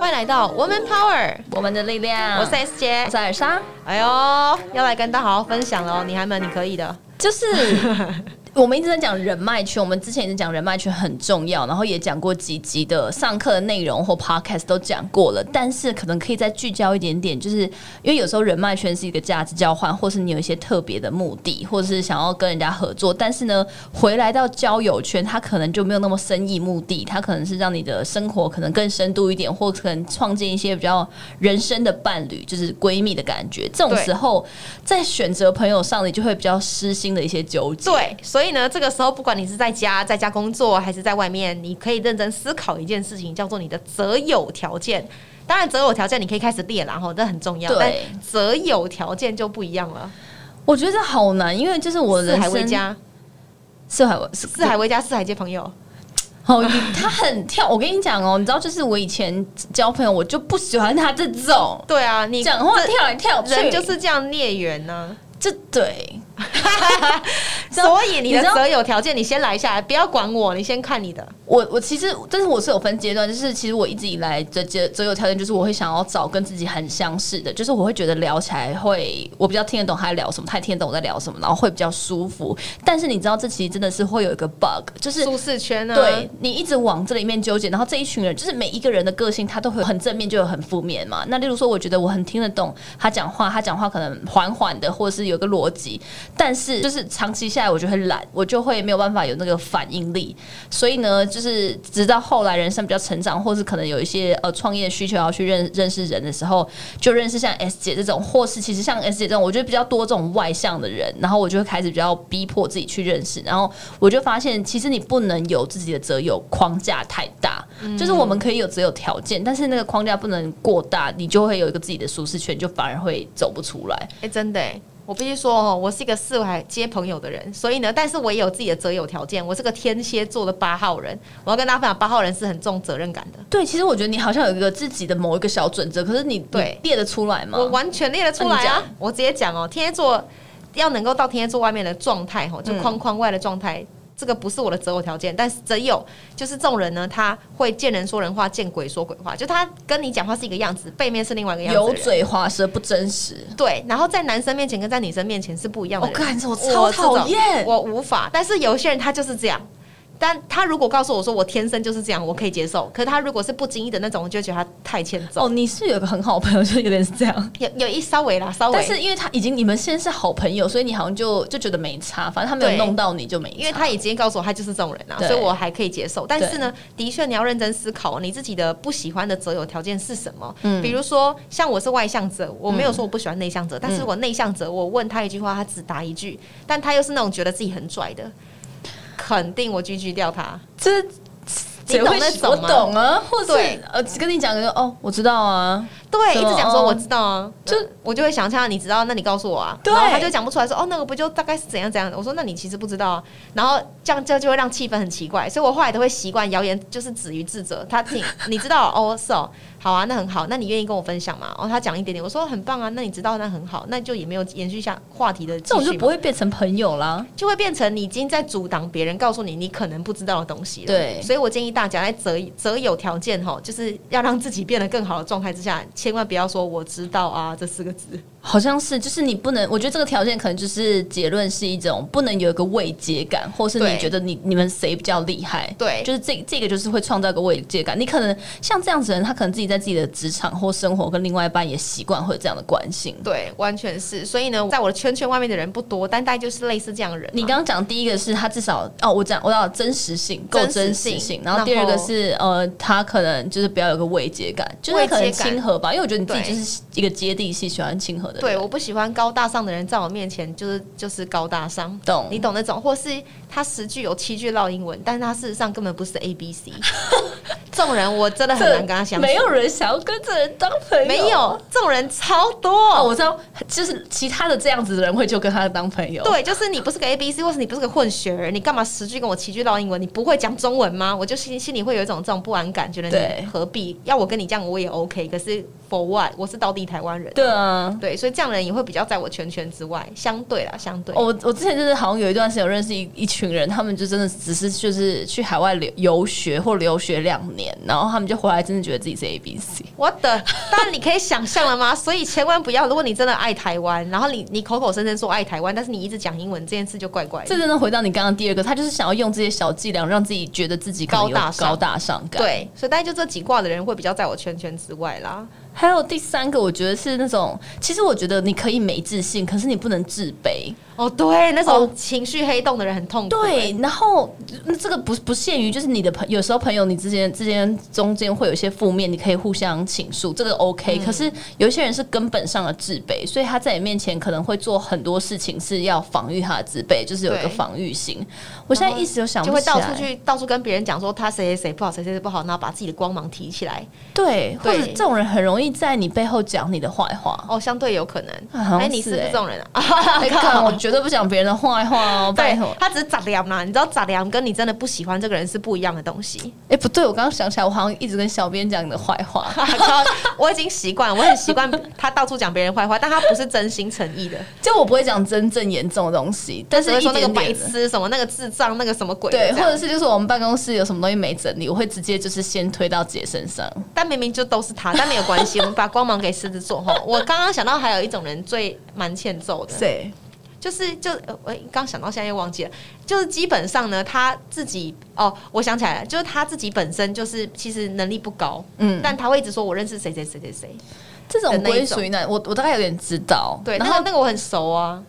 欢迎来到 Woman Power，我们的力量。我是 S 姐我是。尔莎，哎呦，要来跟大家好好分享喽！你还没有，你可以的。就是 我们一直在讲人脉圈，我们之前一直讲人脉圈很重要，然后也讲过几集的上课的内容或 podcast 都讲过了，但是可能可以再聚焦一点点，就是因为有时候人脉圈是一个价值交换，或是你有一些特别的目的，或者是想要跟人家合作，但是呢，回来到交友圈，它可能就没有那么生意目的，它可能是让你的生活可能更深度一点，或可能创建一些比较人生的伴侣，就是闺蜜的感觉。这种对时候，在选择朋友上，你就会比较失心的一些纠结。对，所以呢，这个时候不管你是在家在家工作，还是在外面，你可以认真思考一件事情，叫做你的择友条件。当然，择友条件你可以开始列啦，吼，这很重要。但对择友条件就不一样了。我觉得这好难，因为就是我四人海生为家，四海为四四海为家，四海皆朋友。好，你他很跳。我跟你讲哦，你知道，就是我以前交朋友，我就不喜欢他这种对啊，你讲话跳来跳去，人就是这样孽缘呢、这对。知道所以你的你知道择友条件，你先来一下，不要管我，你先看你的。我我其实，但是我是有分阶段，就是其实我一直以来的择择友条件就是我会想要找跟自己很相似的，就是我会觉得聊起来会我比较听得懂他在聊什么，他也听得懂我在聊什么，然后会比较舒服。但是你知道，这其实真的是会有一个 bug，就是舒适圈啊呢、对，你一直往这里面纠结，然后这一群人就是每一个人的个性，他都会有很正面，就有很负面嘛。那例如说，我觉得我很听得懂他讲话，他讲话可能缓缓的，或者是有个逻辑，但是就是长期下来，我就会懒，我就会没有办法有那个反应力。所以呢，就是直到后来人生比较成长，或是可能有一些呃创业需求要去认认识人的时候，就认识像 S 姐这种，或是其实像 S 姐这种，我觉得比较多这种外向的人，然后我就会开始比较逼迫自己去认识，然后我就发现其实你不能有自己的择友框架太大，嗯就是我们可以有择友条件，但是那个框架不能过大，你就会有一个自己的舒适圈，就反而会走不出来。哎、真的、欸，我必须说哦，我是一个四海皆朋友的人，所以呢，但是我也有自己的择友条件。我是个天蝎座的八号人，我要跟大家分享，八号人是很重责任感的。对，其实我觉得你好像有一个自己的某一个小准则，可是你对你列得出来吗？我完全列得出嗯那来你啊讲！我直接讲哦，天蝎座要能够到天蝎座外面的状态，吼，嗯就框框外的状态。这个不是我的择偶条件，但是择友就是这种人呢，他会见人说人话，见鬼说鬼话，就他跟你讲话是一个样子，背面是另外一个样子的油人。嘴滑舌不真实。对，然后在男生面前跟在女生面前是不一样的我人。感觉我超这种讨厌。我无法。但是有一些人他就是这样，但他如果告诉我说我天生就是这样，我可以接受。可是他如果是不经意的那种，我就会觉得他太欠揍。哦，你是有一个很好的朋友，就有点是这样。有有一稍微啦，稍微，但是因为他已经你们现在是好朋友，所以你好像就就觉得没差，反正他没有对弄到你就没差。因为他已经告诉我他就是这种人啊，对所以我还可以接受。但是呢，的确你要认真思考你自己的不喜欢的择友条件是什么。嗯比如说像我是外向者，我没有说我不喜欢内向者，但是我内向者，我问他一句话，他只答一句，但他又是那种觉得自己很拽的，肯定我拒绝掉他。这你谁懂会那我种吗？懂啊，或是对呃跟你讲个哦，我知道啊，对，什一么直讲说哦我知道啊，就就我就会想象你知道，那你告诉我啊，对然后他就讲不出来说哦，那个不就大概是怎样怎样的？我说那你其实不知道啊，然后这样这就会让气氛很奇怪，所以我后来都会习惯谣言就是止于智者，他 听你知道哦是哦，好啊，那很好，那你愿意跟我分享吗？哦，他讲一点点，我说很棒啊，那你知道那很好，那就也没有延续下话题的这继种续就嘛不会变成朋友啦。就会变成你已经在阻挡别人告诉你你可能不知道的东西了。对所以我建议大家在择择友条件吼，就是要让自己变得更好的状态之下，千万不要说“我知道啊”这四个字。好像是，就是你不能，我觉得这个条件可能就是结论是一种不能有一个慰藉感，或是对你觉得你你们谁比较厉害，对就是这这个就是会创造一个慰藉感。你可能像这样子的人，他可能自己在自己的职场或生活跟另外一半也习惯会有这样的惯性。对，完全是。所以呢，在我的圈圈外面的人不多，但大概就是类似这样的人嘛。你刚刚讲第一个是他至少哦，我讲我要有真实性够真真实性实性，然然后后第二个是呃，他可能就是不要有个慰藉感，就是可慰能藉感亲和吧，因为我觉得你自己对就是一个接地气、喜欢亲和的人，对，我不喜欢高大上的人在我面前就是就是高大上。懂你懂那种，或是他十句有七句唠英文，但是他事实上根本不是 A B C，这种人我真的很难跟他相处。没有人想要跟这人当朋友，没有这种人超多哦，我知道，就是其他的这样子的人会就跟他当朋友，对，就是你不是个 A B C，或是你不是个混血儿，你干嘛十句跟我七句唠英文？你不会讲中文吗？我就心心里会有一种这种不安感，觉得你对何必要我跟你这样，我也 OK。可是 for what？我是道地台湾人，对啊。对，所以这样的人也会比较在我圈圈之外，相对啦，相对。哦我我之前就是好像有一段时间有认识一一群人，他们就真的只是就是去海外留游学或留学两年，然后他们就回来，真的觉得自己是 A B easy。我的，但你可以想象了 吗？所以千万不要，如果你真的爱台湾，然后你你口口声声说爱台湾，但是你一直讲英文，这件事就怪怪的。这真的回到你刚刚第二个，他就是想要用这些小伎俩，让自己觉得自己可能有高大上高大上感。对，所以大概就这几卦的人会比较在我圈圈之外啦。还有第三个，我觉得是那种，其实我觉得你可以没自信，可是你不能自卑。哦，对，那哦种情绪黑洞的人很痛苦。对，然后嗯这个不不限于就是你的朋，有时候朋友你之间之间中间会有一些负面，你可以互相倾诉，这个 OK、可嗯是有一些人是根本上的自卑，所以他在你面前可能会做很多事情是要防御他的自卑，就是有一个对防御心。我现在一时有想就不会起到处来，去到处跟别人讲说他谁谁谁不好，谁谁谁不好，然后把自己的光芒提起来。对，或对者这种人很容易在你背后讲你的坏 话。哦，相对有可能。啊好像哎，你是不是是哎这种人啊？哎，看我绝对不讲别人的坏话哦， 拜对托。，他只是杂粮嘛，你知道杂粮跟你真的不喜欢这个人是不一样的东 西。哎、不对，我刚刚想起来，我好像一直跟小编讲你的坏 话。靠我已经习惯，我很习惯他到处讲别人坏话，但他不是真心诚意的，就我不会讲真正严重的东西， 但只是会一说点那点个白的痴什么那个智障那个什么鬼的对，这或样者是就是我们办公室有什么东西没整理，我会直接就是先推到自己身上。但明明就都是他，但没有关系，我们把光芒给狮子座哈。我刚刚想到还有一种人最蛮欠揍的，对，就是就呃我刚想到，现在又忘记了，就是基本上呢，他自己哦，我想起来了，就是他自己本身就是其实能力不高，嗯，但他会一直说我认识谁谁谁谁谁，这种的那一归属于哪？我我大概有点知道。对，然那后个那个我很熟啊，